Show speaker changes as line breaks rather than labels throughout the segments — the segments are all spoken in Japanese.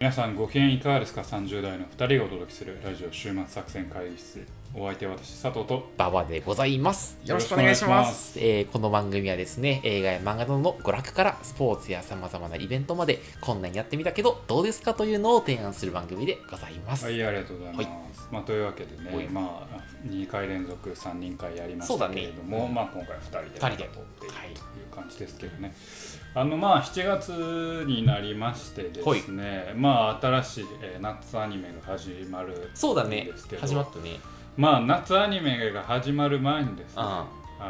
皆さんご機嫌いかがですか ?30 代の2人がお届けするラジオ週末作戦会議室。お相手は私、佐藤と。
ババでございます。。
よろしくお願いします
えーこの番組はですね、映画や漫画などの娯楽からスポーツやさまざまなイベントまで、こんなにやってみたけど、どうですかというのを提案する番組でございます。
はい、ありがとうございます。まあ、というわけで
は
ね
い、
まあ、2回連続3人会やりまし
そう
た
だ
け
ね
れども、まあ、今回2人で
二人で
撮っている
はい
という感じですけどね。あの、まあ、7月になりましてですね、まあ、新しい、えー夏アニメが始まる。
そうだね
ですけ、ど
始まったね。
まあ、夏アニメが始まる前にですね、
うん
あ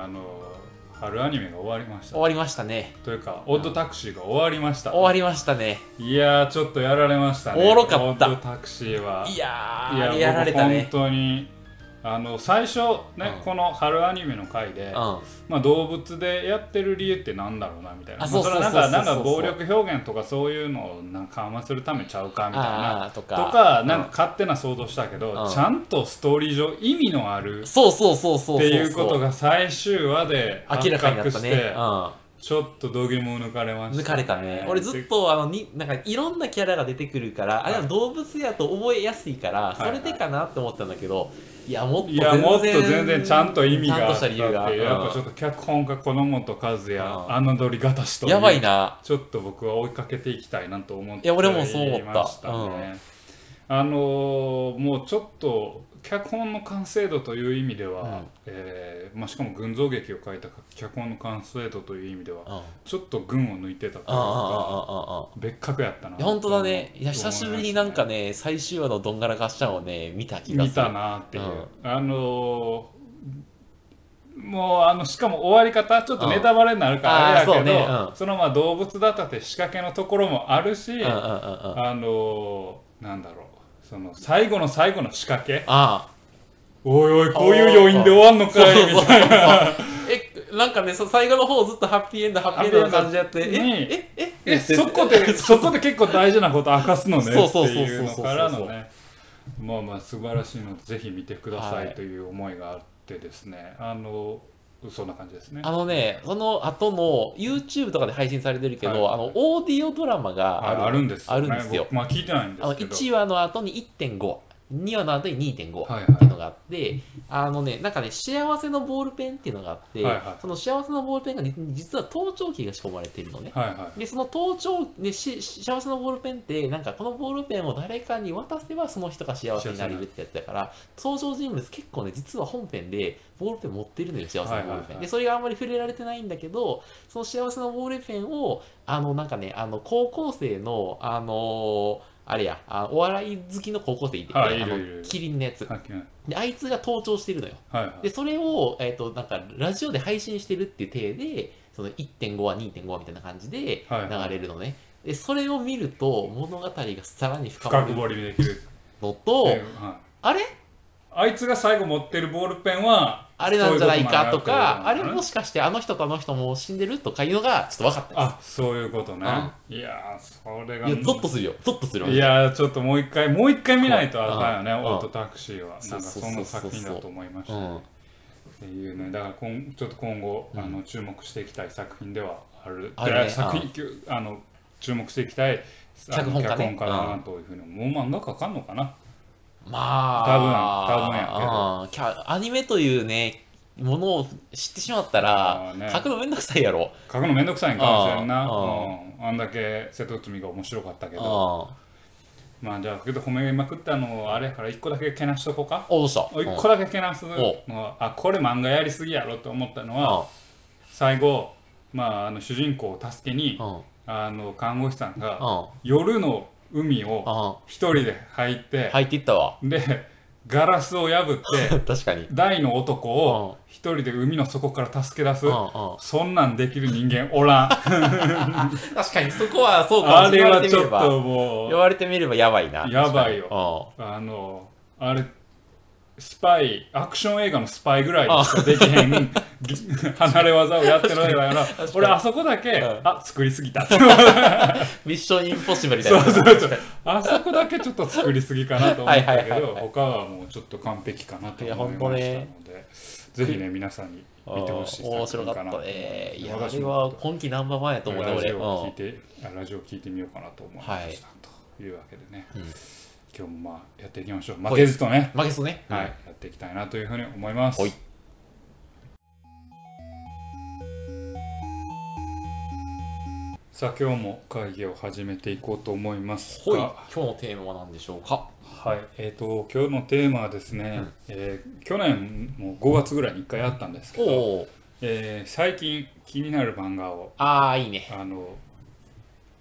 の、春アニメが終わりました
終。わりましたね。
というか、オッドタクシーが終わりました。
終わりましたね。
いやー、ちょっとやられましたね。
おもろかった
オッドタクシーは。
いやー、
い
やられたね
僕。本当に。あの最初ね、
うん
この春アニメの回で、
うん、あ
まあ、動物でやってる理由ってなんだろうなみたいな
あそうそうそう
まあれはなんか
そ
なんか
うそうそう
暴力表現とかそういうのをなんか緩和するためちゃうかみたいな
あーと
と
か。
かなん
う
か勝手な想像したけど、
うん
ちゃんとストーリー上意味のあるっ
んそうそうそうそうそう。
ていうことが最終話で
明
発
らかにな
覚
っ
したて、
ね。うん
ちょっと度肝を抜かれました、
抜かれたね俺ずっとあのになんかいろんなキャラが出てくるからあれは動物やと覚えやすいから
い
それでかなって思ったんだけどいやもっと
いやもっと全然ちゃんと意味があったって
ち
い
ゃ
う
んとした理由が
やっぱちょっと脚本家この本和也
う
侮りがたしと
う
いう
んやばいな
ちょっと僕は追いかけていきたいなと思って
いや俺もそう思った
いましたねあのーもうちょっと脚本の完成度という意味では、
うん
えーまあ、しかも群像劇を書いた脚本の完成度という意味で
うん
は
うんうんうんうん
ちょっと群を抜いてたというか
うん
別格やったない
や本当だねいや久しぶりになんか
ね
ね最終話のどんがらかしちゃんをね見た気が
見
する
たなっていう、あのーもうあのしかも終わり方ちょっとネタバレになるから
うん
あれやけど、
あーそうねうん
そのまあ動物だったって仕掛けのところもあるし、
うんうんうんうんあ
あのーなんだろうその最後の最後の仕掛け
あ
おいおいこういう余韻で終わんの
そう
か
そう
い
そう
みたいな
えなんかねそ最後の方ずっとハッピーエンドハッピーエンドな感じやって
ハッ
え
ピーエンド
ええ
えそこで そこで結構大事なこと明かすのね
そう
って
そうそうそう
い
そうう
のからのねまあまあ素晴らしいのでぜひ見てくださ
はいい
という思いがあってですねあのそんな感じですね
あのね、その後の YouTube とかで配信されてるけど、
はい
あのオーディオドラマがある
ああるんです
あるんですよ
ね僕まあ聞いてないんで
あの
すけど。
1話の後に1.5話、2話の後に2.5話
はいはい
っていうのがあって、あのね、なんかね、幸せのボールペンっていうのがあって、
はいはい
その幸せのボールペンがね実は盗聴器が仕込まれてるのね。
はいはい。
で、その盗聴、ね、し幸せのボールペンって、なんかこのボールペンを誰かに渡せばその人が幸せになれるってやつだから、登場人物結構ね、実は本編でボールペン持ってるのよ、幸せのボール
はいはい
ペ
はい
ン。で、それがあんまり触れられてないんだけど、その幸せのボールペンを、あの、なんかね、あの、高校生の、あのーあれやあお笑い好きの高校生いて、
はいい
あ
るい
の
るいる
キリンのやつ
さっきの
であいつが盗聴してるのよ
はいはい。
でそれを、えっとなんかラジオで配信してるっていう体でその1.5話2.5話みたいな感じで
はい
流れるのね、でそれを見ると物語がさらに深
深
ま
く
る
掘りできる。
のと、
ではい
あれ
あいつが最後持ってるボールペンは、
あれなんじゃないか
そういう
とか
ことなんだ
あれもしかしてあの人とあの人もう死んでるとかいうのがちょっと分かった
あ、そういうことね。いやー、それが。
いやゾッとするよゾッとするわ
いやー、ちょっともう一回、もう一回見ないとあかんよね、
うんうん
オートタクシーは。なん
そ
か
うそ
そ
うそうそ
の
うそう
作品だと思いまし
う
た。っ
ん、
ていうね、だからこんちょっと今後、あの注目していきたい作品ではある。
あるね
で作品、あの注目していきたいあの
脚本家ね
脚本家だなというふうに思う。もう漫画かかんのかな
ま
多分多分やけど
あうんキャアニメというねものを知ってしまったら
あーね
書くのめんどくさいやろ
書くのめんどくさいんかもしれんなあ,、
ああ
うん、あんだけ瀬戸内海が面白かったけ
うん
ど
お
まあじゃあけど褒めまくったのをあれやから一個だけけなしとこうか
どうした
一
うん
個だけけなすの
お
はあこれ漫画やりすぎやろと思ったのは
う
最後まああの主人公を助けに
んうん
あの看護師さんが
うん
夜の海を
あ
一人で入って
入っていったわ
でガラスを破っ て
確かに
大の男を一人で海の底から助け出す
うんうん
そんなんできる人間お らん
確かにそこはそうか
あ
もし
れ
れな
はいち
言われ
ょ
てみれ
っ
ば
とも
言
う、
われてみればやばいな
やばいよ
確か
あの、あれ、スパイ、アクション映画のスパイぐらいしかできへ ん、ぎ離れ技をやってるわけだから、俺、あそこだけ、
うん
あ、作りすぎた。
にうんミッションインポッシブルみたい
そう
な
そうそう。あそこだけちょっと作りすぎかなと思ったけ
はいはいはい
ど、他はもうちょっと完璧かなと
いや
思
ほ
い
んと
ました
ね
ので、ぜひね、皆さんに見てほしい
うん面
作
白
品
か
か
っ
な
た
と思います
ねいやあ
私
れ
も
は今季ナンバーワンやと思うね
ラ
俺
ジオ
う
を聞い
ん
て、あラジオを聞いてみようかなと思いましたと。いうわけでね、
うん
今日もまあやっていきましょう負けずとね、
負けそうね。
はい、やっていきたいなというふうに思います
はい
さあ今日も会議を始めていこうと思います
ほい。
が
今日のテーマは何でしょうか。
はい、えっ、と今日のテーマはですね、
うん
えー去年も5月ぐらいに1回あったんですけ
お
ど、
お。
えー最近気になる漫画を
ああ、いいね。
あの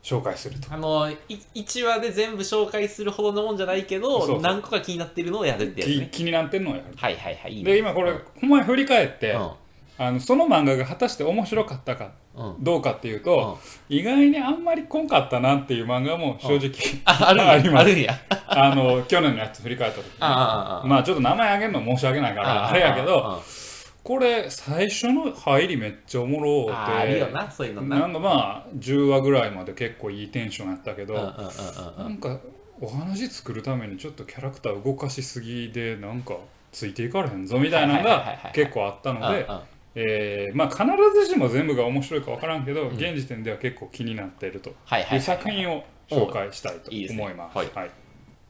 紹介すると
あの、い1話で全部紹介するほどのもんじゃないけど、
そうそう
何個か気になってるのをやるってやつ
気
ね。
気になってんのをやる
はいはいはい。いいね
で今これほんまに振り返って、
うん。
あのその漫画が果たして面白かったか
うん。
どうかっていうと、意外にあんまりこんかったなっていう漫画も正直、
あ、あるんや。
あります
あるんや。
あの去年のやつ振り返った時に
ああああ
まあちょっと名前あげるの申し訳ないからあれやけど、これ最初の入りめっちゃおもろ
あ
う
ああああるよ
て
な、そういうのな。
なんかまあ10話ぐらいまで結構いいテンションやったけ
うんうんうん
ど、
うんう。
なんんかお話作るためにちょっとキャラクター動かしすぎでなんかついていかれへんぞみたいなの
はいはいはいはいは
が
い
結構あったので
うんうん
えーまあ必ずしも全部が面白いか分からんけど、現時点では結構気になっていると
はい
い
は
う
い。
作品を紹介したいと
いいですね
思います。
はい
はい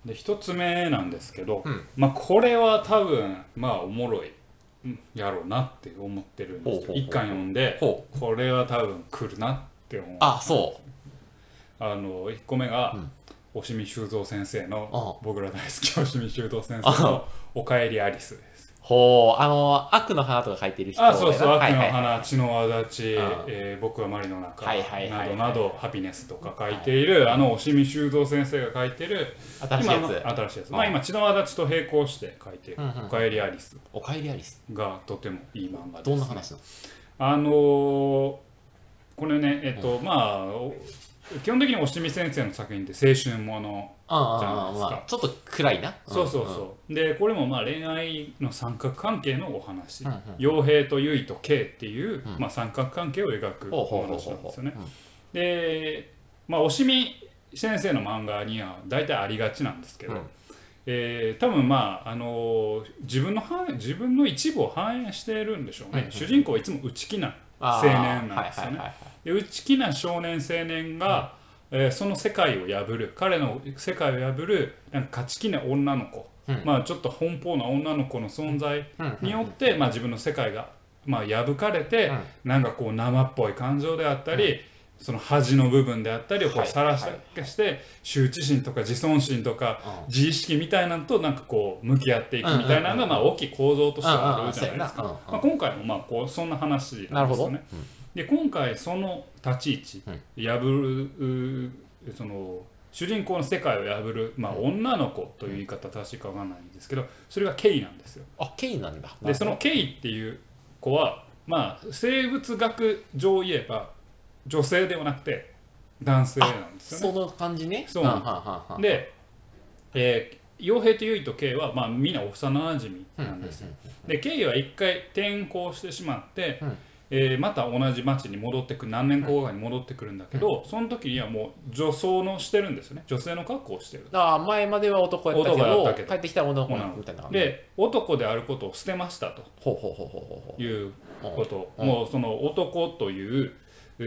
で一つ目なんですけど、
うん
まあ、これは多分まあおもろいうんやろうなって思ってるんですけど
ほうほうほう
一巻読んで
ほ
これは多分来るなって思う
あ、そ
あの1個目が、
うん
押見修造先生の
あ
僕ら大好き 押見修造先生の「おかえりアリス」です。
う。ほう。あの、悪の花とか書いてる人
あそうそう「
は
秋
い
の
はい
花」「血の輪立ち」
うん
えー僕はマリの中」
はいはいはい
な
は
ど
い
など「ハピネス」とか書いているあの押見修造先生が書いてる
新しいや
今
つ。
新しいやつ、
うん
まあ今血の輪立ちと並行して書いてる
うんう
「
ん
おかえりアリス
おかえりアリス。」
がとてもいい漫画です、
どんな話なの
あのーこれねえっと、まあお基本的に押見先生の作品って青春もの、じゃないで
ああ、
すか
まあ、ちょっと暗いな。
そうそうそうでこれもまあ恋愛の三角関係のお話、
うんうん
傭兵と結衣と慶っていう、
うん
まあ、三角関係を描く
ほう
お
ほうほう
話
ほ
なん
う
です
ほ
よ
う。
ね。でまあおしみ先生の漫画には大体ありがちなんですけど、
うん
えー多分まあ、あのー自分の反自分の一部を反映しているんでしょうね、
うんうん
主人公はいつも内気な
あ
青
ー
年なんですよね
はいはいはいはい
で内気な少年青年が、えーその世界を破る彼の世界を破るなんか勝ち気な女の子、
うん
まあ、ちょっと奔放な女の子の存在
うん
によって、まあ、自分の世界が、まあ、破かれて、
うん
なんかこう生っぽい感情であったり、その恥の部分であったりをこ
は
う
い
さらしして羞恥心とか自尊心とか
うん
自意識みたいなのとなんかこう向き合っていくみたいなのがまあ大きい構造としてあるじゃないです
うん
か
うんうんそうやなうんうん
まあ今回もまあこうそんな話な
なる
んで
ほ
す
ど。
よ
うん
ね。で今回その立ち位置破るうその主人公の世界を破る、まあ、女の子という言い方正しいかわかんないんですけどそれがケイなんですよ。
あ、ケイなんだ。
でそのケイっていう子は、まあ、生物学上言えば女性ではなくて男性なんですよね
そ。の感じね。
そう
はんはんはんはん
で、えー、傭兵とユイとケイは、まあ、みんな幼馴染なんですよ。でケイは一回転校してしまって、
うん
えーまた同じ町に戻ってくる何年後かに戻ってくるんだけど、その時にはもう女装のしてるんですよね女性の格好をしてる。
あー前までは男やったけ
男や
ど
ったけど
帰ってきたら女の子みたいな感じ
で男であることを捨てましたと
ほうほうほうほうほう
いう
ほう
こと、
うん
もうその男という、え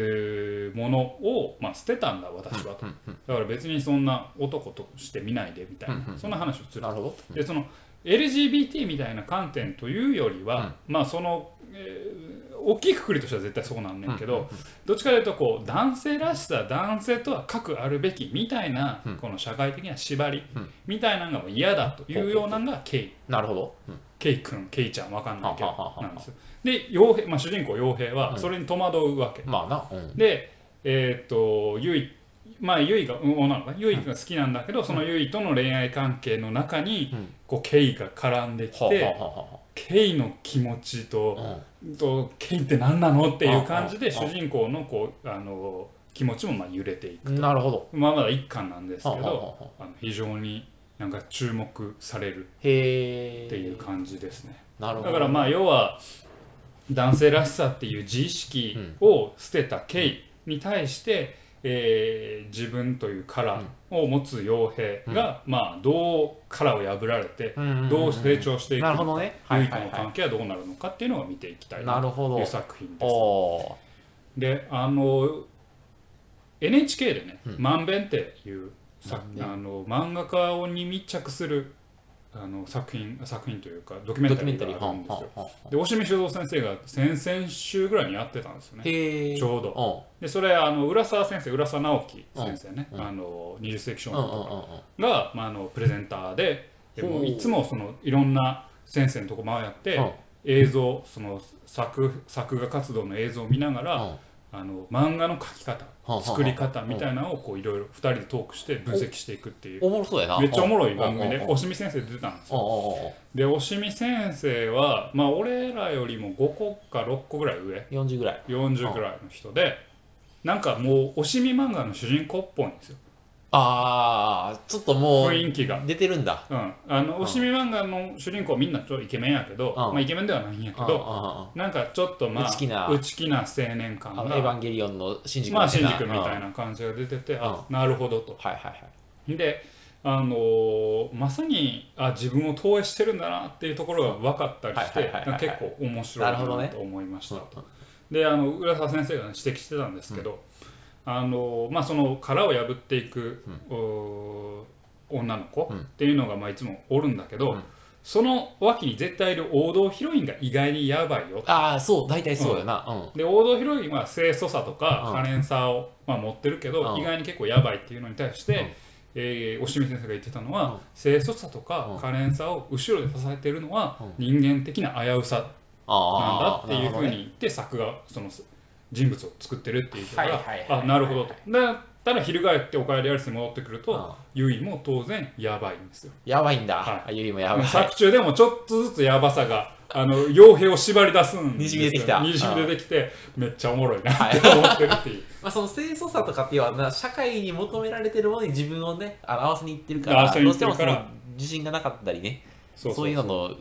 ーものを、まあ、捨てたんだ私はと、
うんうん
だから別にそんな男として見ないでみたいな、
うんうん
そんな話をす
う
る
んなるほど
でその LGBT みたいな観点というよりは、まあその、えー大きいくくりとしては絶対そうなんねんけど、どっちかというとこう男性らしさ男性とは核あるべきみたいな、
うん
この社会的な縛り、
うん
みたいなのがもう嫌だというようなのがケイ
なるほどうん
ケイ君ケイちゃんわかんないけど
はあはあはあはあ
なんですよで傭兵、まあ、主人公傭兵
う
は
ん
それに戸惑うわけ、
まあなうん
でえーっとゆいまあゆいがうん女の子ねゆいが好きなんだけど、そのゆいとの恋愛関係の中に、
うん
こうケイが絡んでき
はあ
て、
はあは
ケイの気持ち
あ
と,、
は
とケイって何なのっていう感じで
あああ
主人公のこうあの気持ちもまあ揺れてい
あう
く
んなるほど
まあまだ一巻なんですけ
はあはあ
ど
はあはあ
あの非常になんか注目される
へえ
っていう感じですね
なる
だ
ほど
からまあ要は男性らしさっていう自意識を捨てたケイに対して、えー自分という殻を持つ傭兵が、まあどう殻を破られて
うんうんうんうん
どう成長していく
なる
のか
ほどねは
ユ
い
イと
は
の
いは
関係はどうなるのかっていうのを見ていきたい
いな
な
るほ
という
ど
作品です。
おー
であの NHK でね
うん
「まんべん」っていうさ
なんで
あの漫画家に密着するあの作品作品というかドキュメ
ド
ンタ
キュメ
リ
ンタリ
ー
ー
があ
は
るん
ん
です
は
よ。
んはん
で押見修造先生が先々週ぐらいに会ってたんですよね。
へえ
ちょうど。
う
でそれあの浦沢先生浦沢直樹先生ね、
うん
あの20世紀少
んうんうん
年
うんうん
が、まあ、あのプレゼンターでで
ほう
もういつもそのいろんな先生のとこ回って、
うん
映像その作作画活動の映像を見ながら、あの漫画の描き方
はん
作り方みたいなのをこういろいろ2人でトークして分析していくっていう
おもろそうやな
めっちゃおもろい番組
う
で
んうんうんうん
押見先生出てたんですよで押見先生はまあ俺らよりも5個か6個ぐらい上
うんうん40ぐらい
40ぐらいの人でなんかもう押見漫画の主人公っぽいんですよ
ああちょっともう
雰囲気が。
出てるんだ
うん、あの押見漫画の主人公みんなちょっとイケメンやけど、
ん
まあ、イケメンではないんやけど、
あ
なんかちょっとまあ
内気な
内気な青年感
あの
が
エヴァンゲリオンの新宿
まあ新宿みたい
な
な感じが出てて、
う
あなるほどと。
はいはいはい
であのーまさにあ自分を投影してるんだなっていうところが分かったりして
はいはいはいはい
結構面白い
なるほど
な
ね
と思いましたと。であの浦沢先生がね、指摘してたんですけど、あのーまあ、その殻を破っていく、お女の子
う
っ
ん
ていうのがまあいつもおるんだけど、
うん
その脇に絶対いる王道ヒロインが意外にやばいよ
ああそう大体そうやなうん
で王道ヒロインは清楚さと
う
か
ん
可憐さを、まあ、持ってるけど、
うん
意外に結構やばいっていうのに対して、
うん
えー、押見先生が言ってたの
うん
は、清楚さと
うん
か可憐さを後ろで支えてるのは
うん
人間的な危うさなんだ
あ
っ
あ
ていうふうに
なる
言って作画その人物を作ってるっていうから、
はいはいはいはい
あなるほどとだったら翻って「おかえりアリス」に戻ってくる
う
と
ん
結衣も当然やばいんですよ。
ほどねやばいんだ
は
あゆりもやばい
作中でもちょっとずつやばさがあの傭兵を縛り出すんですよ
にじみ出てきた
にじみ出てきてめっちゃおもろいな
はい
って思ってる っていう
まあ、その清楚さとかっていうのはな社会に求められてるものに自分をねあの合わせにいってるから
合わせにいって
どう
る
して
か
も
ら
その自信がなかったりねそう
そう
いう
だ
ののう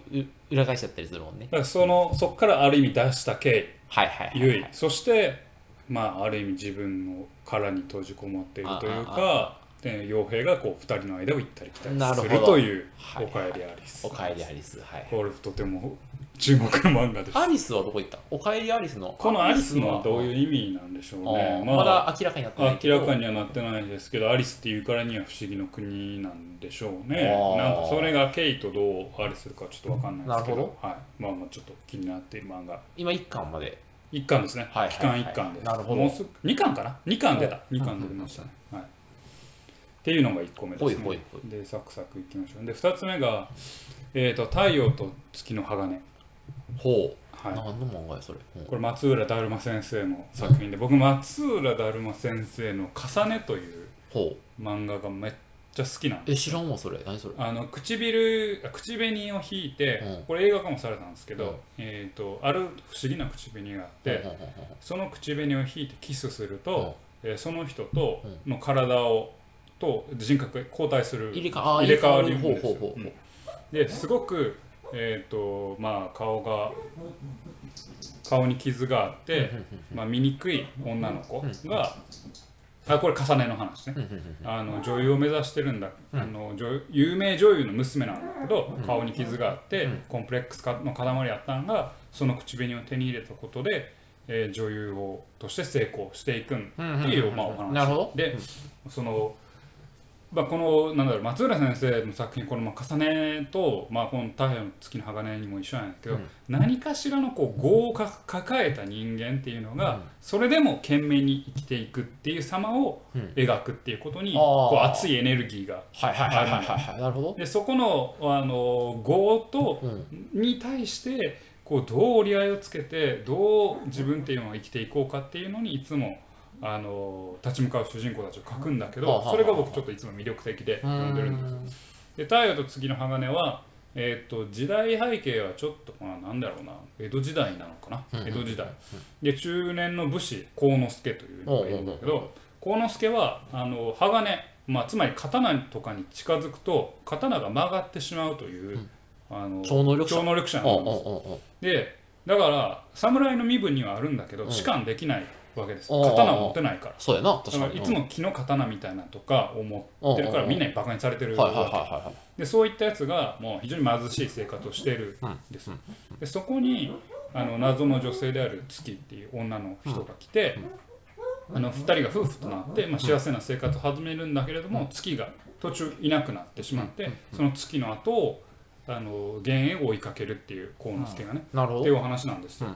裏返しちゃったりするもんね
からそのそこからある意味出した経
はいはいはい
緯
はい、
ゆいそしてまあある意味自分の殻に閉じこもっているというかで傭兵がこう2人の間を行ったり来た
な
り
る
す
ほ
る
ど
という「
はい
おかえりアリス
お」かえりアリスはい
これとても 注目の漫画です
アリスはどこ行ったおかえりアリスの
このアリスのはどういうう意味なんでしょうね
まだ明らかになってないけ
明
ど
らかにはなってないですけどアリスっていうからには不思議の国なんでしょうね
あー
なんかそれがケイとどうあれするかちょっとわかんないですけど
なるほ
はい、まあまあちょっと気になっている漫画
今一巻まで
一巻ですね、
はい
期間一巻です、
はいはいなるほど
もうすぐ2巻かな2巻出た
うん
2巻出ましたね、はい、っていうのが1個目ですね
ほいほいほ
でサクサクいきましょうで2つ目が、えーと「太陽と月の鋼」
ほう、
はい
何の漫画やそれ、うん
これ松浦だるま先生の作品で僕松浦だるま先生の「重ね」という
ほう
漫画がめっちゃ好きなんです
え知らんわそれ何それ
あの唇あ口紅を引いて、
うん
これ映画化もされたんですけど、
うん
えー、とある不思議な口紅があって、
ほうほうほう
その口紅を引いてキスする
ほ
と、えーその人と
う
の体をと人格が交代する
う入れ替わ
入れ替わり
る
を
ほうほうほう、
うんですごく、えーとまあ、顔が顔に傷があって、まあ、醜い女の子が、あこれ重ねの話ね、
うんうんうん
あの女優を目指してるんだ、
うん
あの女有名女優の娘なんだけど、顔に傷があって、
うん
コンプレックスかの塊やったんがその口紅を手に入れたことで、えー女優をとして成功していくんって
うんうんうんうん
いう、まあ、お話
なるほど
で、その、まあ、このなんだろう松浦先生の作品このまあ重ねと、まあ、この「太陽の月の鋼」にも一緒なんやけど、
うん
何かしらのこう業をか抱えた人間っていうのが、
うん
それでも懸命に生きていくっていう様を
うん
描くっていうことに、
あー
こう熱いエネルギーが
はいはいはいはいはいはいなるほど
でそこのあの業と
うん
に対してこうどう折り合いをつけてどう自分っていうのを生きていこうかっていうのにいつもあの立ち向かう主人公たちを描くんだけ
はあはあ
ど
はあ
それが僕ちょっといつも魅力的で
う
読んでるんですよ。
ん
で「太陽と月の鋼は」えー、と時代背景はちょっとまあなんだろうな江戸時代なのかな、江戸時代で中年の武士幸之助というのがいるんだけ
うんうんうん
ど幸之助はあの鋼、まあ、つまり刀とかに近づくと刀が曲がってしまうという、あの
超能力者
超能力者
う
なん
ん
で
う
す
んうんうん
でだから侍の身分にはあるんだけ
う
ど
ん
士官できないわけです
ああ
刀を持てないから
そうやな
だか
確からに
いつも木の刀みたいなとか思ってるか
うん
ら
うんうん
みんなにバカにされて
う
る
ん
わ
はい
け
はいはいはいはい
でそういったやつがもう非常に貧しい生活をしている
うん
んです、でそこにあの謎の女性である月っていう女の人が来て、あの2人が夫婦となって、まあ、幸せな生活を始めるんだけれども月が途中いなくなってしまってその月の後をあの幻影を追いかけるっていう幸之助がね
なるほ
ってい
ど。
うお話なんですよ、
うん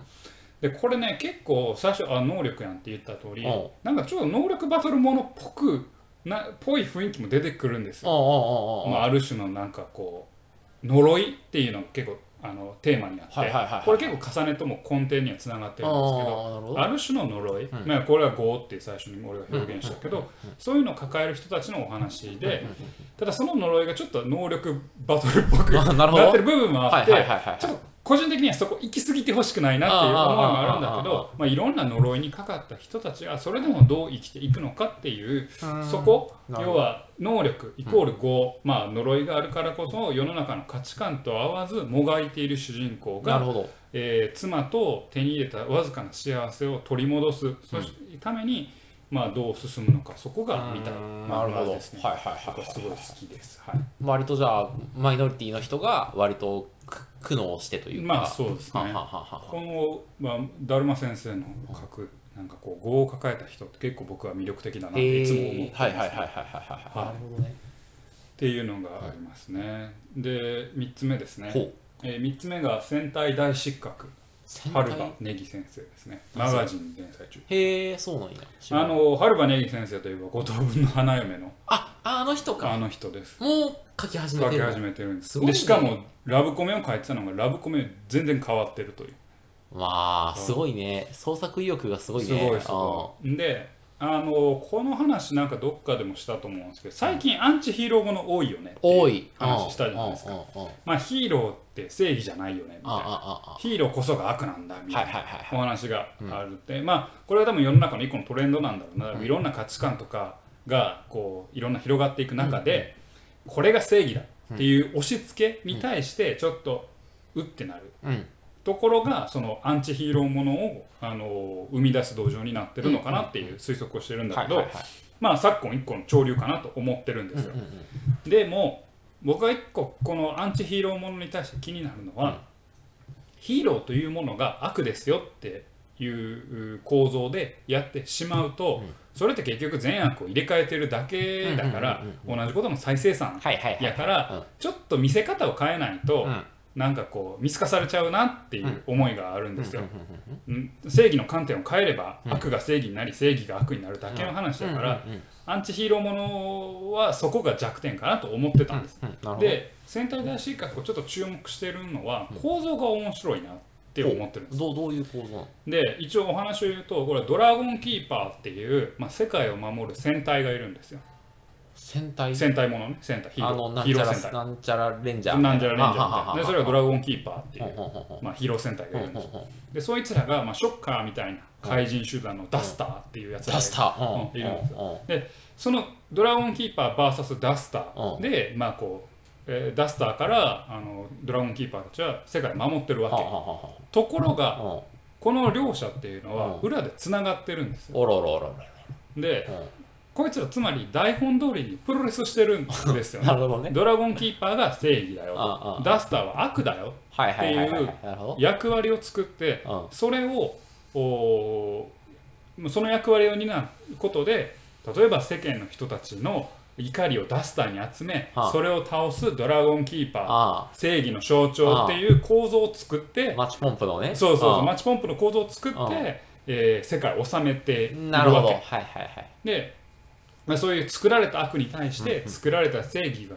でこれね結構最初あ能力やんって言った通り
うん
なんかちょっと能力バトルものっぽくなぽい雰囲気も出てくるんです
ああ
よま
あああ
あ、
あ。
ある種のなんかこう呪いっていうのが結構あのテーマにあって、
はいはいはいはい
これ結構重ねとも根底にはつながってるんですけど
ああなるほど。
ある種の呪い、
ん
まあ、これは「業」って最初に俺が表現したけど、そういうのを抱える人たちのお話で、ただその呪いがちょっと能力バトルっぽく
あなるほど
なってる部分もあ
は
っ
いはいはい
て
はい
ちょっと個人的にはそこ行き過ぎてほしくないなっていう思いもあるんだけ
あああああ
どまあ、いろんな呪いにかかった人たちがそれでもどう生きていくのかっていう
うん
そこ
なるほ
要
ど
は能力イコール業、まあ、呪いがあるからこそ世の中の価値観と合わずもがいている主人公が
なるほど。
えー妻と手に入れたわずかな幸せを取り戻すそしてために、まあ、どう進むのかそこが見たい
なるほど。はい
ですね。
はい
僕
は。
はいすごい好きです。はい、
割とじゃあマイノリティの人が割と苦苦悩してというか。
まあそうです
はんはん
ね。
はんはんはん
この、まあ、だるま先生の書くなんかこう業を抱えた人って結構僕は魅力的だなって
え
いつも思って
ー
ます、
はいはいはいはいはいはい。
はい
なるほどね。
っていうのがありますね。で3つ目ですね
ほ。う。
えー、3つ目が「戦隊大失格」
戦隊
春場ネギ先生ですね。マガジン連載中。
へえ、そうなんや。知ら
あ
ない
の春場ネギ先生といえば五等分の花嫁の
あ、あの人
あ
か。
の人です。
もう書き始め
書
て
き
る
始めてるんです
すごいね
でしかもラブコメを書いてたのがラブコメ全然変わってるという
まあ、すごいね。創作意欲がすごいね。
すごいすごいであのこの話なんかどっかでもしたと思うんですけど最近アンチヒーローもの多いよねって
うん多
いう
い。
話したじゃないです
うん
か
うんうんうん
まあヒーローって正義じゃないよねみ
ああ
たいな
あああ
ヒーローこそが悪なんだみたい
はい
な
は
い
はいはい
お話があるって、まあこれは多分世の中の一個のトレンドなんだろうな、いろんな価値観とかがこういろんな広がっていく中で、これが正義だっていう押し付けに対してちょっとうってなる
うん。
ところがそのアンチヒーローものをあの生み出す道場になってるのかなっていう推測をしてるんだ
はい
け
はいはい
ど。まあ昨今一個の潮流かなと思ってるんですよ
うん。うん
でも僕が一個このアンチヒーローものに対して気になるのは、
うん
ヒーローというものが悪ですよっていう構造でやってしまうと、
うん
それって結局善悪を入れ替えてるだけだから
うんうん、
同じことの再生産
はいはいはい。
やから、
うん
ちょっと見せ方を変えないと、
うん
なんかこう見透かされちゃうなっていう思いがあるんですよ。
うんうんうんうん
うん正義の観点を変えれば、
うん
悪が正義になり正義が悪になるだけの話だから、
うんうんうん
アンチヒーローものはそこが弱点かなと思ってたんです。
うんなるほど
で戦隊大失格をちょっと注目してるのは構造が面白いなって思ってるんです。
どうどういう構造なの
で一応お話を言うとこれはドラゴンキーパーっていう、まあ、世界を守る戦隊がいるんですよ。
戦隊
戦隊ものね戦隊ヒ
あ
ー
の
ロー
なん
ヒー
ち
ロ
ゃ
ー戦
らなんちゃらレンジャー
隊。なんじゃらレンジャーみたいな。でそれがドラ
ゴ
ゴンキーパーっていう、まあ、ヒーロー戦隊がいるんですよ。でそいつらが、まあ、ショッカーみたいな怪人集団のダスターっていうやつらがい
ダ
る
スター
うんいるんです
うんうん
でそのドラゴンキーパー VS ダスターで、まあこうえーダスターからあのドラゴンキーパーたちは世界を守ってるわけ、
はあはあは
ところ
あ
が
はあ
この両者っていうの
う
は
ん
裏でつながってるんですよ
おろおろおろおろ
で
う
こいつらつまり台本通りにプロレスしてるんですよ
んな
ね
るほどね
ドラゴンキーパーが正義だ
うんう
よ
ん
ダスターは悪だよ
はいはいはいはい
って
なるほ
役割を作って
ど
それをおーその役割を担うことで例えば世間の人たちの怒りをダスターに集め、
はあ
それを倒すドラゴンキーパー
あ
正義の象徴っていう構造を作って
あマッチポンプのね
そうそうそう
あ
マッチポンプの構造を作っ
ああ
て、えー世界を治めてい
あ
る
なるほ
わ
どはい
け
はいはい
で、まあ、そういう作られた悪に対して作られた正義が,、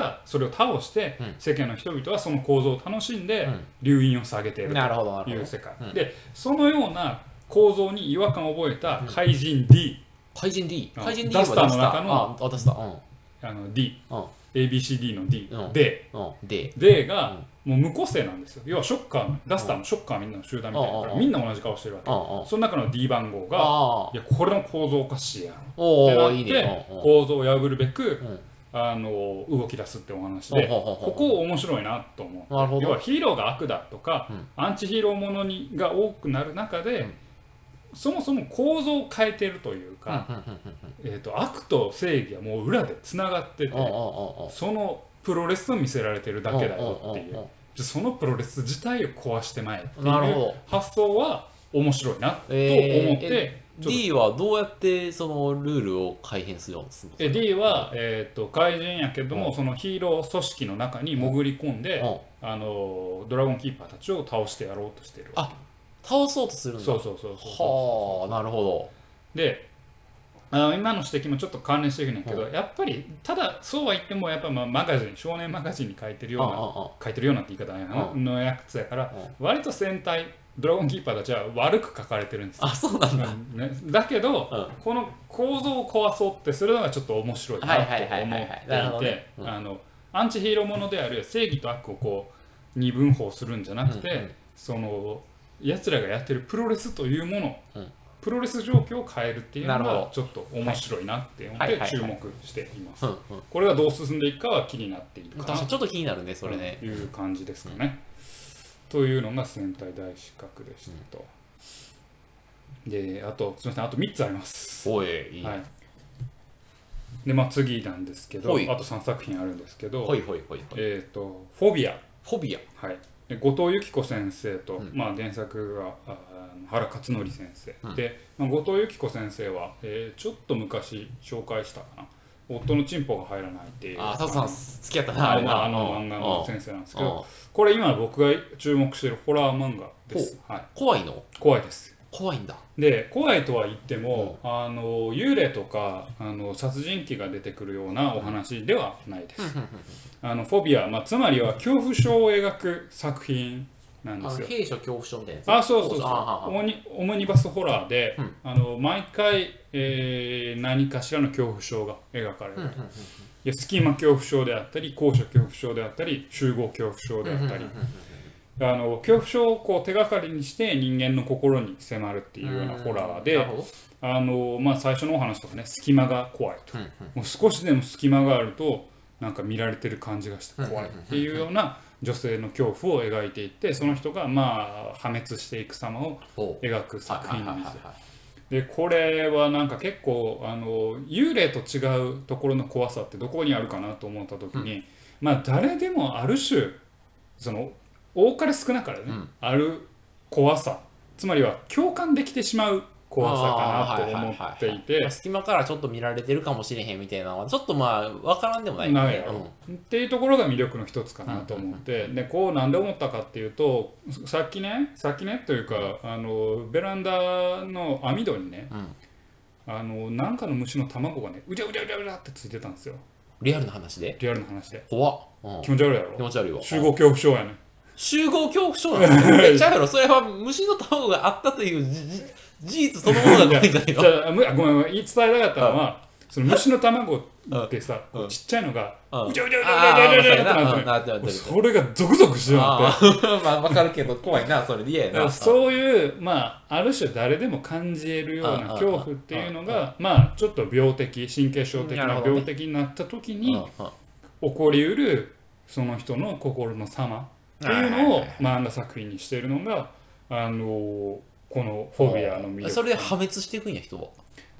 がそれを倒して、
うん
世間の人々はその構造を楽しんで、
うん
留飲を下げていると
なるほどなる
い
ほ
う
ど
世界、
うん
でそのような構造に違和感を覚えた怪人 D、
怪人 D
うん
怪人 D
ダスターの中の
はダスターあ
あの D
ダスター
ABCD の D、
うん
で
うんうんで
D がもう無個性なんですよ要はショッカーのダスターもショッカーみんなの集団みたいなか
うん
ら
うん
みんな同じ顔してるわ
うんうん
けその中の D 番号が
ああ
いやこれの構造おかしいやろ
お
ってなっ
お
て
いいねうんうん
構造を破るべく
うん
あの動き出すってお話で
ほうほうほうほ
こ
う
こ面白いなと思う
なるほ
要は
ど
ヒーローが悪だとか、
うん
アンチヒーローものにが多くなる中で、
うん
そもそも構造を変えてるというか、
うんうんうんうん
えー、と悪と正義はもう裏でつながってて、
うんうんうんうん
そのプロレスを見せられてるだけだよっていう,、
んんんん
じゃあそのプロレス自体を壊してまえってい
なるほ
う
ど
発想は面白いなと思って、
えー
ちょっと
D はどうやってそのルールを改変するんですか
で D は、えー、と怪人やけども、
うん
そのヒーロー組織の中に潜り込んで、
うん
あのドラゴンキーパーたちを倒してやろうとしてる
あ倒そうとするんだ
そうそうそうそう
はあなるほ
であの今の指摘もちょっと関連してるんやけど、やっぱりただそうは言ってもやっぱまあマガジン少年マガジンに書いてる
ど
よう
ああ
な
ああ
書いてるようなって言い方やな、
う
のやつやから、
う
割と戦隊ドラゴンキーパーたちは悪く書かれてるんですよ、
あそうなんだ
ね、だけど、
うん
この構造を壊そうってするのがちょっと面白いなと
はいはいはいはい
思
はいなる
っ
ほ
て
ど
い
ね
て
うん
あのアンチヒーローものである正義と悪をこう二分法するんじゃなくて、
うんうん
そのやつらがやってるプロレスというもの、
うん
プロレス状況を変えるっていうの
なるほ
が
ど
ちょっと面白いなって思っ
はいはい
て
は
注
い
目しています。
うんうん
これがどう進んでいくかは気になっている
確
か
か
な
にちょっと気になるねそれね
という感じですかね。というのが戦隊大失格でしたと。で、あと、すみません、あと3つあります。
おいいい
は
ね
い、で、まあ次なんですけど、
ほい
あと3作品あるんですけど、
ほいほいほいほい
えっ、と、フォビア、
フォビア
はい、で後藤由紀子先生と、
うん
まあ、原作がああの原克典先生、
うん
で、まあ、後藤由紀子先生は、えーちょっと昔紹介したかな「夫のチンポが入らない」っていう
あ佐藤さん好きやったな
あ
あ
の
れな
あの漫画の
うん
先生なんですけ
うん
どこれ今僕が注目してるホラー漫画です、はい、
怖いの
怖いです
怖いんだ
で怖いとは言っても、あの幽霊とかあの殺人鬼が出てくるようなお話ではないです、あのフォビア、まあ、つまりは恐怖症を描く作品なん
あ
で
の
すよ
弊社恐怖症みたいなやつ
あそうそうそう
あはは
オニオムニバスホラーで、
うん
あの毎回、えー何かしらの恐怖症が描かれる、
うんうんうん
でスキマ恐怖症であったり高所恐怖症であったり集合恐怖症であったり、
うんうんうん
あの恐怖症をこう手がかりにして人間の心に迫るっていうようなホラーで、
なるほど
あのまあ、最初のお話とかね隙間が怖いと
うんうん
もう少しでも隙間があるとなんか見られてる感じがして怖いっていうような女性の恐怖を描いていってその人がまあ破滅していく様を
おう
描く作品なんですよ。
はいはいはいはい
でこれはなんか結構あの幽霊と違うところの怖さってどこにあるかなと思った時に、まあ誰でもある種その多かれ少なかれね、
うん
ある怖さつまりは共感できてしまう怖さかなと思ってい
ま
て
あ。隙間からちょっと見られてるかもしれへんみたいなのはちょっとまあ分からんでもないよね
ないやろ、っていうところが魅力の一つかなと思って、でこうなんで思ったかっていうとさっきねさっきねというかあのベランダの網戸にね、
うん
あのなんかの虫の卵がねうりゃうりゃうりゃうりゃってついてたんですよ
リアルな話で
リアルな話で
怖っ、うん
気持ち悪いや
気
ろ
持ち悪いわ
集合恐怖症やね
集合恐怖症なんですよめっちゃうやろそれは虫の卵があったというじじ事実そのもの
いや
が怖いんじゃない
じ
の
ゃあむあごめんごめん言い伝えたかったのはその虫の卵ってさ
うん
こうちっちゃいのが
うん
うじゃうじゃうじ
あ
ゃうじゃうじゃうじゃうっ
ー
てな
ま
っ
あ
てる
なってなってる
それがゾクゾクしてなって
あーまあ分かるけど怖いなそれで嫌や
だから
な
そういう、まあ、ある種誰でも感じれるよう
うんうん
な恐怖っていうのが、まあ、ちょっと病的神経症的
なる
な
ほどね
病的になった時
うんう
に
ん
起こりうるその人の心の様っていうの
はい
を
はい
漫画作品にしているのが、あのこのフォビアの魅力
それで破滅していくんや人は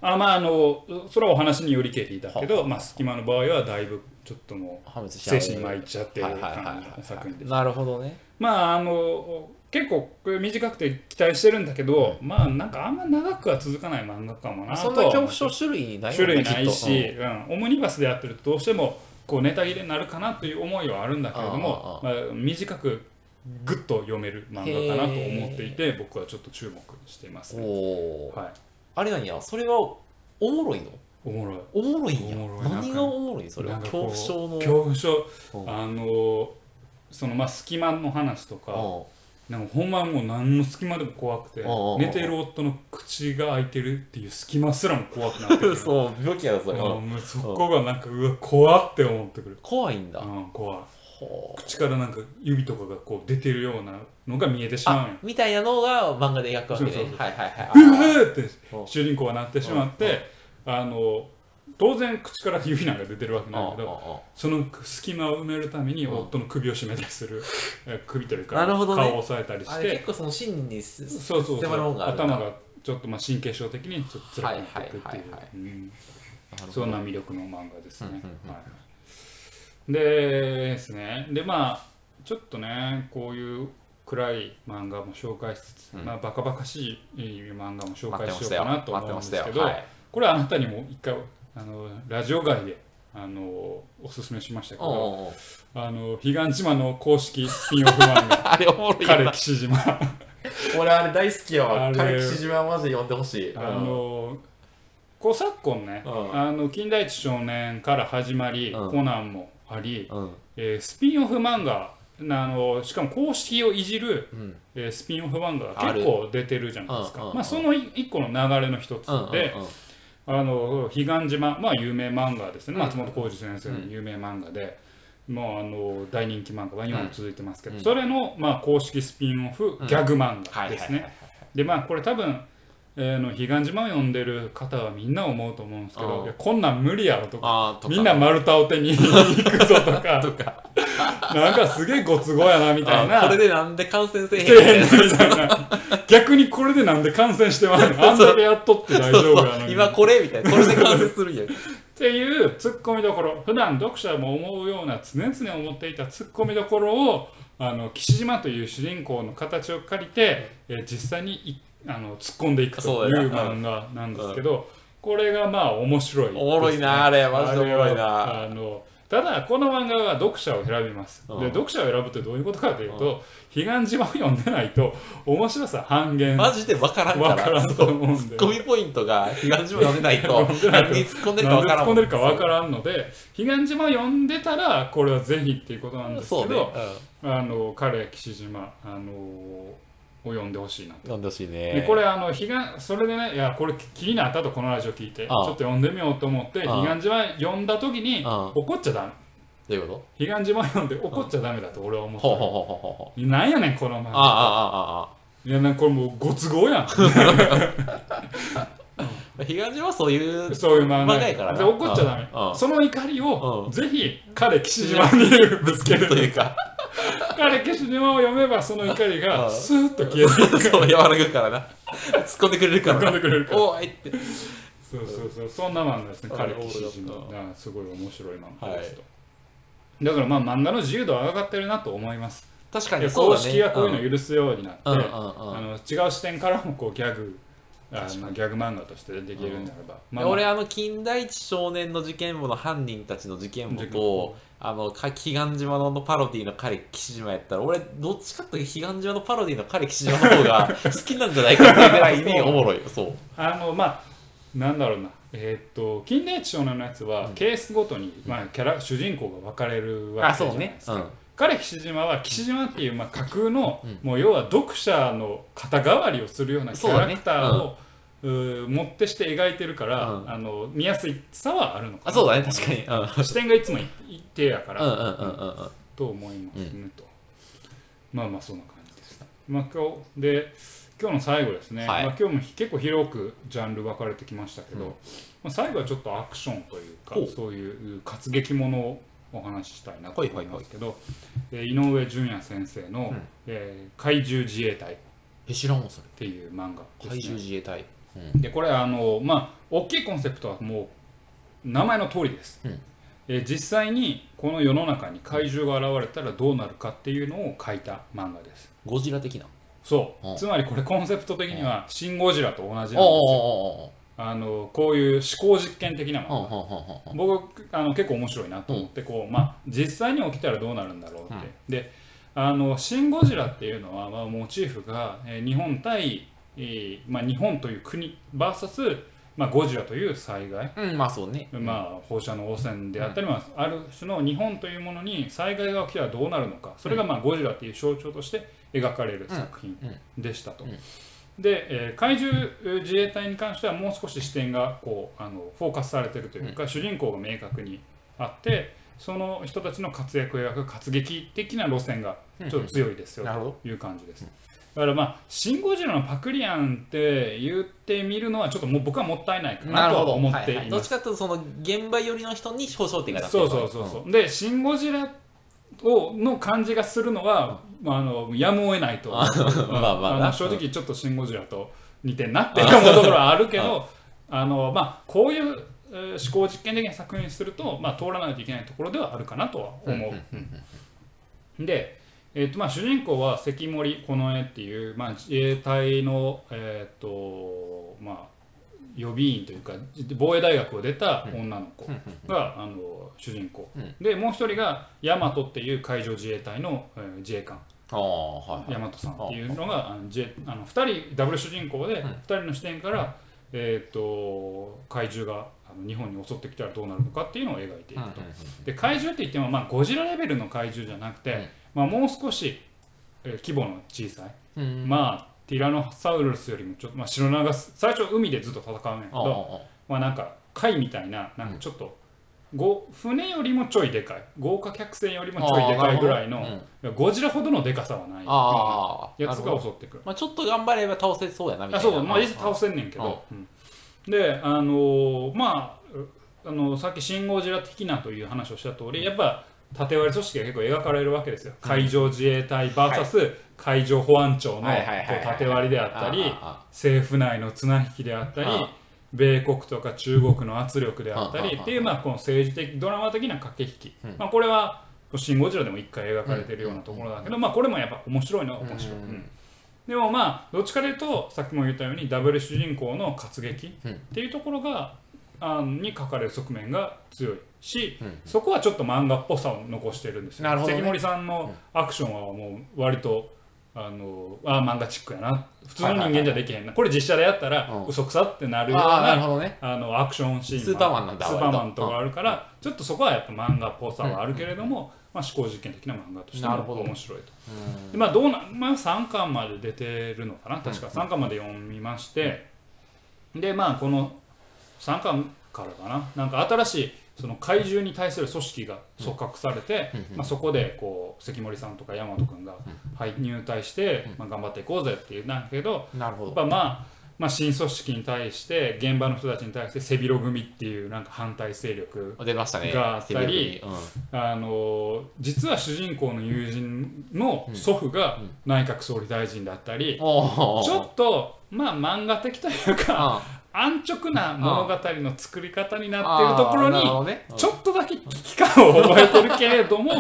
あまああのそれはお話によりけりだけど、まあ、隙間の場合はだいぶちょっとも
破滅
う
しちゃ
精
う
神まいっちゃってる
はいはいはい
感じの作品
は
で
いなるほどね
まああの結構これ短くて期待してるんだけど、まあなんかあんま長くは続かない漫画かもなと
そんな恐怖症種類ないもんね
種類ない
きっ
し、うん、オムニバスでやってるとどうしてもこうネタ切れになるかなという思いはあるんだけれどもまあ、短くぐっと読める漫画かなと思っていて僕はちょっと注目しています
とうん
ね、
おー
はい、
あれなんやそれはおもろいの
おもろい
おもろいんや
おもろい
何がおもろいんそれは
なんか
恐
こう
怖症の
恐怖症
うん
あのそのまあ隙間の話とか、
うん
なんかほんまもう何の隙間でも怖くて
うんうんうん
寝てる夫の口が開いてるっていう隙間すらも怖くなってくる
そう病気やろそれ
あ
は
もうそこがなんかうわ怖って思ってくる
怖いんだ
うん怖い
ほう
口からなんか指とかがこう出てるようなのが見えてしまうん
あ
よ
みたいなのが漫画で描くわけね
そうそうそう
はいはいはいあ
う
ー
わーって
うん
主人公はなってしまってあの当然口から指なんか出てるわけなんだけ
う
ど
んうんうん
その隙間を埋めるために
うん
夫の首を絞めたりするえ首というか
なる
顔
ほど
を
ね
押さえたりし
あ
て
れ結構その芯にす
そうそうそ
迫るもん
う
がある
頭がちょっとまあ神経症的にちょっと辛くなってくってい
はいはいはいはいう
うん
なるほど
そんな魅力の漫画ですね
うんうんうん
はいでですねでまあちょっとねこういう暗い漫画も紹介しつつ、
うん
まあ、バカバカしい漫画も紹
待っ
介
て
しよう
ました
か
よ
なと
待
思うん
ってま
で
し
す
たよ
けど、
はい
これあなたにも一回あのラジオ外であのおすすめしましたけ
おう
ど
おうおう
「あの彼岸島」の公式スピンオフ漫画
あれおも
「
ろいよ
彼
な
岸島」
俺あれ大好きよ
あれ
彼岸島はマジで読んでほしいうん
あのこう昨今ね、
うん
あの近代一少年から始まり、
うん
コナンもあり、
うん
えースピンオフ漫画なあのしかも公式をいじる、
うん
えースピンオフ漫画
あ
が結
る
構出てるじゃないですか
うんうんうん
まあ、そのい一個の流れの一つで、
うんうん
あの彼岸島、まあ、有名漫画ですね、
うん
松本浩二先生の有名漫画で、もうあの大人気漫画は今も続いてますけど、
うん
それの、まあ、公式スピンオフ
うん
ギャグ漫
は
画
いはい
で
は
す
い
ね。でまあこれ多分、えー、の彼岸島を読んでる方はみんな思うと思うんですけ
うん
どいやこんなん無理やろとか
あーとか
みんな丸太を手に 行くぞとか
とか
なんかすげえご都合やなみたい
あ
な
これでなんで感染せえへん
底辺のみたいな逆にこれでなんで感染してまうのあんだけやっとって大丈
そう
夫
そ
やの
う
に
今これみたいなこれで完成するんや
っていうツッコミどころ普段読者も思うような常々思っていたツッコミどころをあの岸島という主人公の形を借りて、えー実際にいあの突っ込んでいくとい
そう
う
やな
漫画なんですけど、これがまあ面白いですね、
おもろいなあれマジでおもろいな
あれはあのただこの漫画は読者を選びます、
うん
で読者を選ぶってどういうことかというと、彼岸島を読んでないと面白さ半減
マジで分からんから
わからんと思うんで
そうツッコミポイントが東島読めな いと何に突っ込んでるか
なんで突っ込
分からんも
んでるかわからんので彼岸島を読んでたらこれはぜひっていうことなんです
そ
け
うね、
ど、
うん、
あの彼岸島あのを読んでほしいな
読んでほしいね
でこれあの彼岸それでねいやこれ気になったとこのラジオ聞いてち
あ
ょ
あ
っと読んでみようと思って
ああ
彼岸島読んだ時に
ああ
怒っちゃダメ
どういうこ
彼岸島読んで怒っちゃダメだと俺は思
と
っ
ほうほう
て
ほうほうほうほう
るなんやねんこの漫
ああ
画
ああああ
いやなんかこれもうご都合 やん
ああ東島はそういう
そういう漫画
漫画やからな
で怒っちゃダメ
ああああ
その怒り
う
を
ん
ぜひ彼岸島にぶつける
とい うか
彼消し島を読めばその怒り
あ
が
あ
スーッと消えて
そう和らぐからな突っ込んでくれるか
突っ
ら
込
なん
でくれるから
おーいって
そうそうそうそんな漫画ですね
あ
彼消し
なる
島
ほど
がすごい面白い漫画ですと、だからまあ漫画の自由度は上がってるなと思います
確か
で
にそ
公
うだね
式がこういうの許すようになって、
うんうんうん
あの違う視点からもこうギャグあのギャグ漫画としてできるんならば、まあまあ
俺あの近代一少年の事件簿の犯人たちの事件簿
事件簿
とあのか彼岸島のパロディの彼岸島やったら俺どっちかっていうと彼岸島のパロディの彼岸島の方が 好きなんじゃないかっていうぐらいにおもろいよそう
あのまあなんだろうなえーっと金田一少年のやつは、ケースごとに、まあ、キャラ主人公が分かれるわけ
あ
じゃ
そう
ない
ね
ですか
うんうん
彼岸島は岸島っていうまあ架空の、
うん
もう要は読者の肩代わりをするようなキ
そう
ャ
だ
ラ
ね
クターをうーもってして描いてるから、
うん
あの見やすいさはあるのか
あ
な
そうだね確かにうんうん
視点がいつも一定やから、
うんうんうんうん
と思いますね、とまあまあそんな感じですまあ今日で今日の最後ですね、
はい
まあ、今日も結構広くジャンル分かれてきましたけど、
うん
まあ、最後はちょっとアクションというか
ほう
そういう活劇ものをお話ししたいなと
はいは
思
い
い
はい
ますけど、えー井上淳也先生の、
うん
えー怪獣自衛隊」っ
え知らんわそれ
ていう漫画
怪
です
獣
ね。
自衛隊
でこれあのまあ大きいコンセプトはもう名前の通りです、
うん
えー実際にこの世の中に怪獣が現れたらどうなるかっていうのを書いた漫画です
ゴジラ的な
そう、
うん
つまりこれコンセプト的には「シン・ゴジラ」と同じなんですよ
おうおうおう
あのこういう思考実験的な漫
お
画、
ううんうんうんうん
僕あの結構面白いなと思って、こうまあ、実際に起きたらどうなるんだろうって、
うん
であの「シン・ゴジラ」っていうのは、まあ、モチーフが、えー日本対、えーまあ、日本という国 VS、まあ、ゴジラという災害、
うんうんまあそうね
まあ、放射能汚染であったり、まあ、ある種の日本というものに災害が起きたらどうなるのかそれが、まあ、ゴジラという象徴として描かれる作品
うん
でしたと。
うん
で、えー怪獣自衛隊に関してはもう少し視点がこうあのフォーカスされてるというか、主人公が明確にあってその人たちの活躍を描く活劇的な路線がちょっと強いですよ
なるほど
という感じです。だからまあ「シン・ゴジラ」のパクリアンって言ってみるのはちょっともう僕はもったいないかな
なる
と
ほ
は
ど
思ってい
はは
ます
どっち。かというとその現場寄りの人に焦点が
そうそうそうそう、で「シン・ゴジラ」をの感じがするのは、まあ、あのやむを得ないと
あ まあまあ
の正直ちょっと「シン・ゴジラ」と似てんなって思うところはある けどあの、まあ、こういうえー思考実験的な作品にすると、まあ、通らないといけないところではあるかなとは思う。うんで、えっとまあ、主人公は関森近衛っていう、まあ、自衛隊の、えっとまあ、予備員というか防衛大学を出た女の子
うんうん
が、あの主人公、
うん
でもう一人が大和っていう海上自衛隊の、えー自衛官
ああはい
大和さんっていうのがあの自衛あの2人ダブル主人公で
うん
2人の視点から、えっと怪獣があの日本に襲ってきたらどうなるのかっていうのを描いていくと。で怪獣って言っても、まあ、ゴジラレベルの怪獣じゃなくて、
うん
まあ、もう少し、えー規模の小さい、
うんうんうん
まあティラノサウルスよりもちょっと、まあ、シロナガス最初海でずっと戦うんやけ
ああ
どまあなんか貝みたいななんかちょっと、ご船よりもちょいでかい豪華客船よりもちょいでかいぐらいの
ああなるほどうん
ゴジラほどのでかさはない
ああ
やつ
なる
が
ほど
襲ってくる
まあちょっと頑張れば倒せそうやなみた
あ
いな
そうまあ実際倒せんねんけど、うんであのーまああのさっき「シン・ゴジラ」的なという話をした通り、やっぱ縦割り組織が結構描かれるわけですよ、海上自衛隊 VS 海上保安庁のこ
はいはいはいはいう
縦割りであったり、
あ
政府内の綱引きであったり
ああ
米国とか中国の圧力であった
ああ
り
ああ
っていうまあこの政治的ドラマ的な駆け引き、
うん
まあ、これは「シン・ゴジラ」でも一回描かれてるようなところだけど、まあ、これもやっぱ面白いのは
ああああ
面白い。
うん
うんでもまあどっちかというとさっきも言ったようにダブル主人公の活劇
うん
っていうところが、あに書かれる側面が強いし、
うん
そこはちょっと漫画っぽさを残してるんですよ、
なるほどね
関森さんのアクションはもう割とあのあ漫画チックやな普通の人間じゃできへんな、これ実写でやったら、
うん
嘘くさってなるよう
ああなる
な
ほどね
あのアクションシーン
スーパーマンなんだ
スーパーマンとかあるから、ちょっとそこはやっぱ漫画っぽさはあるけれども、まあ、思考実験的な漫画として
なるほ
も
ど
面白いと。
うん
でまあどうなまあ、3巻まで出てるのかな確か3巻まで読みまして、でまあこの3巻からかななんか新しいその怪獣に対する組織が組閣されて、
うんうん
まあ、そこでこう関森さんとか大和君が、はい、入隊して、まあ、頑張っていこうぜっていうなんだけど
なるほ
やっ
ど
ぱまあ、まあ、新組織に対して現場の人たちに対して背広組っていうなんか反対勢力
出ましたね
があったり
セミオ君
あの実は主人公の友人の祖父が内閣総理大臣だったり、
にうんおー
ちょっとまあ漫画的というか
あ
安直な物語の作り方になってるところ
あーなるほ
に
どねうん
ちょっとだけ危機感を覚えてるけれども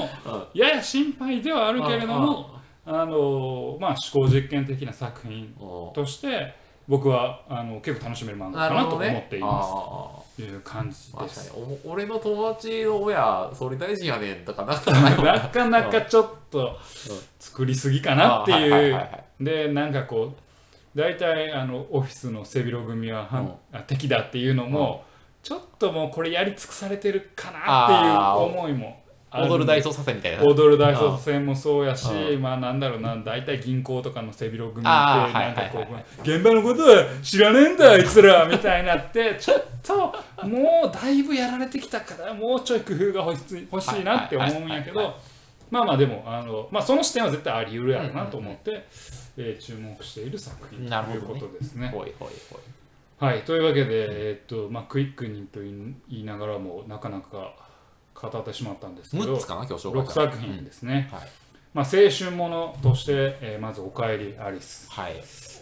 うん
やや心配ではあるけれどもあのまあ思考実験的な作品
うんお
として僕はあの結構楽しめる漫
ー
画か
なる
な
ほ
と
どね
思っています
あ
と
ー
いう感じで
確か
す
に。おも俺の友達の親総理大臣やねんとかなった ら
なかなかちょっと作りすぎかなって
あーはい
い
はいうはい
でなんかこう大体あのオフィスの背広組は反、あ敵だっていうのも、ちょっともうこれやり尽くされてるかなっていう思いもあ
踊る大
捜
捜査線みたいな
踊る大捜査線もそうやし、
う
まあなんだろうな大体銀行とかの背広組って
あー
なんかこう、
はいはいは
現場のことは知らねえんだあいつらみたいになってちょっともうだいぶやられてきたからもうちょい工夫が欲しい欲しいなって思うんやけ
はいはいはいはいはい
どまあまあでもあの、まあ、その視点は絶対あり得るやろうなと思って、えー注目している作品
な
とい
る
う
ほど
こ
ね
とですね。
ほいほいほい
はい、というわけで、えーっとまあ、クイックにと言い言いながらもなかなか語ってしまったんですけど
6つかな今日紹
6
介した
作品ですね、
はい
まあ、青春ものとして、えーまず「おかえりアリス
はい」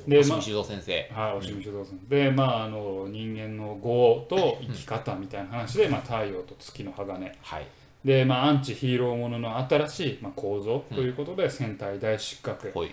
で、
星
ま
見修造先生
あはい、おしみしどうぞで、まあ、あの人間の業と生き方みたいな話で、まあ、太陽と月の鋼
はい
で、まあ、アンチヒーローものの新しい、まあ、構造ということで、戦隊大失格
ほい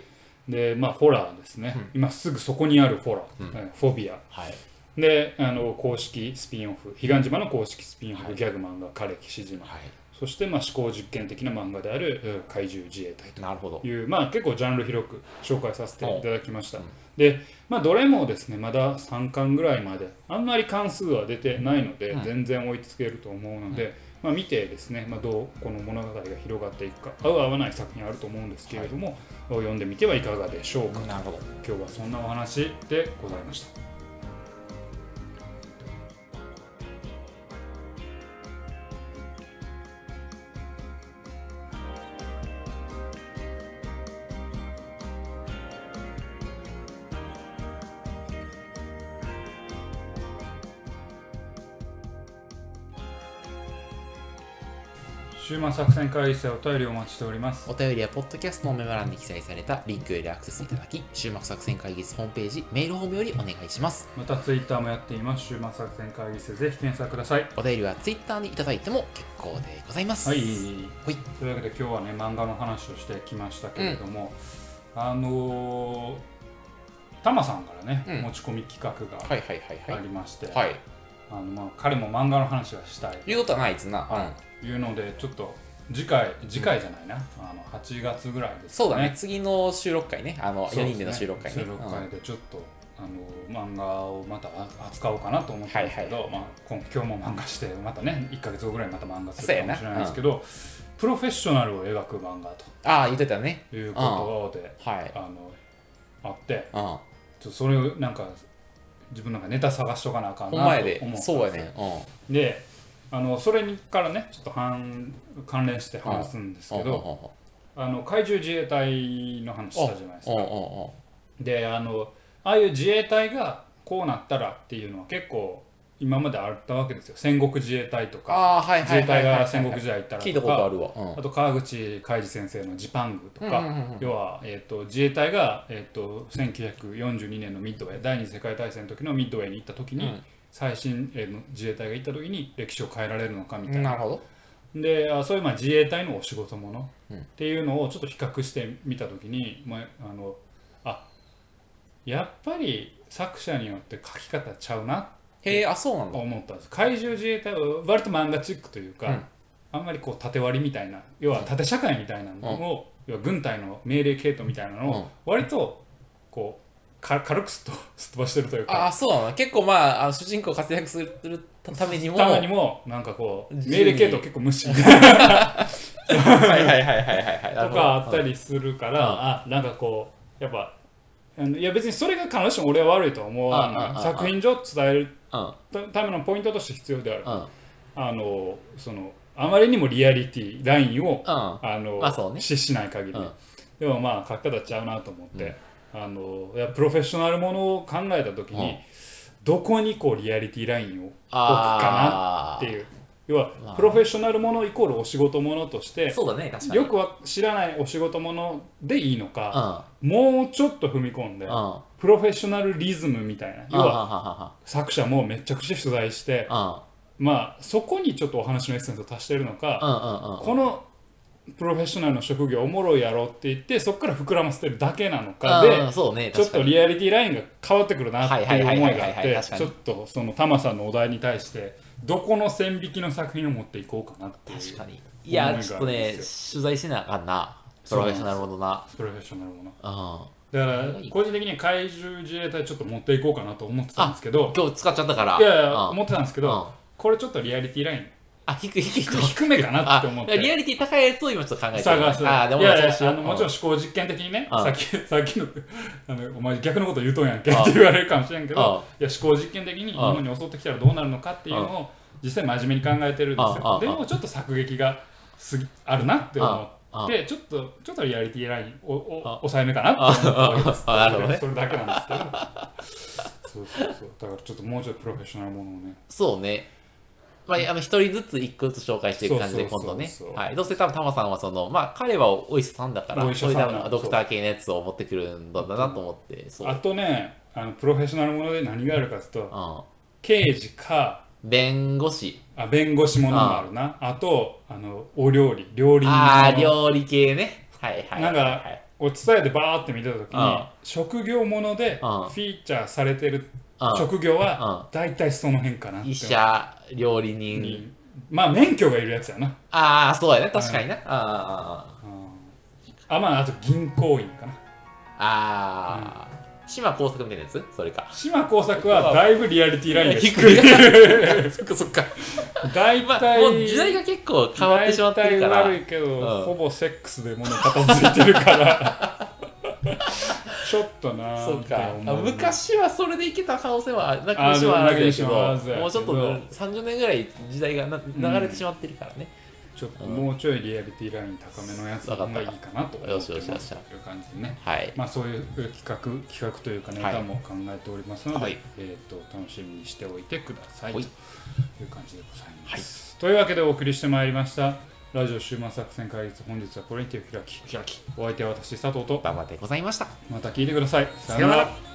で、まあ、ホラーですね、今すぐそこにあるホラー、えーフォビア
はい
であの公式スピンオフ彼岸島の公式スピンオフ、ギャグ漫画「枯れ岸島」
はい
そして、まあ、思考実験的な漫画であるうん怪獣自衛隊
なるほど
という、まあ、結構ジャンル広く紹介させていただきました、
うん
で、まあ、どれもですねまだ3巻ぐらいまであんまり関数は出てないので、
うん
全然追いつけると思うので、まあ、見てですね、まあ、どうこの物語が広がっていくか合う合わない作品あると思うんですけれども、読んでみてはいかがでしょうか、
なるほど
今日はそんなお話でございました週末作戦会議室でお便りをお待ちしております
お便りはポッドキャストのメモ欄に記載されたリンクよりアクセスいただき週末作戦会議室ホームページメールホームよりお願いします
またツイッターもやっています週末作戦会議室でぜひ検索ください
お便りはツイッターにいただいても結構でございます
はい
ほい
というわけで今日はね漫画の話をしてきましたけれども、あのー、タマさんからね、
うん
持ち込み企画が
はいはいはい
あ
はい
りまして、
はい
あのまあ、彼も漫画の話がしたい
言うことはないですな、うん
というのでちょっと次回次回じゃないな、あの8月ぐらいです
そうだね次の収録回ねあの4人での収録会ね
収録
うん
会でちょっと、あの漫画をまた扱おうかなと思ってるんですけど、まあ、今今日も漫画してまたね1か月後ぐらいまた漫画するかもしれないですけど、プロフェッショナルを描く漫画
ああ言ってたね
ということで、
はい
あのあって
うん
ちょっとそれをなんか自分なんかネタ探しとかなあかんなと
ほん
思
ま
っ
や
て
でそうやねうん
であのそれにからねちょっと反関連して話すんですけど、あの海上自衛隊の話したじゃないです
うんうんうん
か。であのああいう自衛隊がこうなったらっていうのは結構今まであったわけですよ戦国自衛隊とか
ああはい
自
は
衛
いはい
隊
はい
が戦国時代行ったら
聞いた
と
こと
か
あるわうん
あと川口海二先生の「ジパング」とか、
うんうんうんうん
要は、えー、と自衛隊が、えー、と1942年のミッドウェー第二次世界大戦の時のミッドウェーに行った時に、
うん
最新、えーの自衛隊が行った時に歴史を変えられるのかみたいな
なるほど
であそういうまあ自衛隊のお仕事もの
うん
っていうのをちょっと比較してみた時に、まあ、あのあやっぱり作者によって書き方ちゃうな
へえあそうなん
と
だ
思ったんです怪獣自衛隊は割と漫画チックというか、
うん
あんまりこう縦割りみたいな要は縦社会みたいなのを、要は軍隊の命令系統みたいなの
うん
を割とこうか軽くすっとすっ飛ばしてるという
あ
か。
あそうなの結構まああの主人公活躍するためにも
たまにもなんかこう
自
命
由に
令系統結構無視
はいはいはいはいはいはいなる
と
ほど
かあったりするから、あなんかこうやっぱあのいや別にそれが必ずしも俺は悪いとは思わ
あああ
な
あ
い作品上伝える
うん
たためのポイントとして必要である
うんうん
あのそのあまりにもリアリティラインを
あ
あの、
まあそうね
失しない限り、
うん
でもまあ書き方ちゃうなと思って、あのいやプロフェッショナルものを考えた時に、
うん
どこにこうリアリティラインを置くかな
あ
っていう要は
まあ
プロフェッショナルものイコールお仕事ものとして
そうだね確かに
よくは知らないお仕事ものでいいの
うん
か、
うん
もうちょっと踏み込んで、
うん
プロフェッショナルリズムみたいな、要は
は
作者もめちゃくちゃ取材して、まあそこにちょっとお話のエッセンスを足してるのか、
うんうんうんうん
このプロフェッショナルの職業おもろいやろって言ってそこから膨らませてるだけなのか
うんう
で
んそうね
ちょっ
確か
と
に
リアリティラインが変わってくるなっていう思いがあ
はいはいはいはい
っ
はい
て
確かに
ちょっとそのタマさんのお題に対してどこの線引きの作品を持っていこうかなっていう
確かにい
思いがあるん
や
です
ちょ
よ
っとね取材しなあかんなプロフェッショナルものな
プロフェッショナルもの。
うん
だから個人的には海獣自衛隊ちょっと持っていこうかなと思ってたんですけど
今日使っちゃったから
いやいや
うん
思ってたんですけ
う
ど
ん
これちょっとリアリティライン
あ低い低い
低めかなって思っ
あリア
て
リティ高いやつを今ちょっと考えてる
探すい
あー
や
でも
いや
そうしよ
あ
う
のもちろん思考実験的にね
うん
さっきさっきのあのお前逆のこと言うとんやんけって言われるかもしれんけどいや思考実験的に日本に襲ってきたらどうなるのかっていうのを実際真面目に考えてるんです
うんう
よ
ん
でもちょっと作劇がすぎあるなって思
うんう
っ
ん
てちょっとちょっとリアリティラインをを
うん
抑えめかなって思ったわけです
うんうんなるほどね
それだけなんですけどそうそうそうだからちょっともうちょっとプロフェッショナルものをね
そうね。まあ、あの一人ずつ一個ずつ紹介していく感じで
そう
今
そうそう
度ね
そう。
はい。どうせ多分タマさんはその、まあ彼はお医者さんだから、
お医者さんなの
そういう多分ドクター系のやつを持ってくるんだなと思って、そう。
あとねあのプロフェッショナルもので何があるかというと
う
刑事か
ん。弁護士。
あ弁護士ものもあるなあとあのお料理料理人
ああ、
の
料理系ね。はいはい。
なんか
はい
を伝えてバーって見てた時に
あ
職業ものでフ
あ
ィーチャーされてる
あ
職業は大体その辺かなって
医者、料理人。
にまあ免許がいるやつやな
ああ、そうやね。確かにな。あ
あまああと銀行員かな
あ。ああ。島工作みたいなやつそれか。
島耕作はだいぶリアリティラインが低い
低い。そっかそっか。
大
まあ、
体
もう時代が結構変わってしまってるか
大
ら。
体悪いけど、
うん
ほぼセックスで物片付いてるから ちょっとなぁ
そうか
みたいな
あ
思う
昔はそれでいけた可能性はなく
あー
しはあるんだ
でもなき
け
にしもあらずやけど
どもうちょっと30年ぐらい時代がな流れてしまってるからね、
ちょっともうちょいリアリティライン高めのやつの方がいいかなと思ってますとい
わかったよしよしよし
う感じでね
はい
まあそういう企画企画というかネ
はい
タも考えておりますので、
はい
えっ、と楽しみにしておいてください
はい
という感じでございます、というわけでお送りしてまいりましたラジオ終盤作戦会議室本日はこれにて開き開きお相手は私佐藤と
頑張ってございました
また聞いてください
さよなら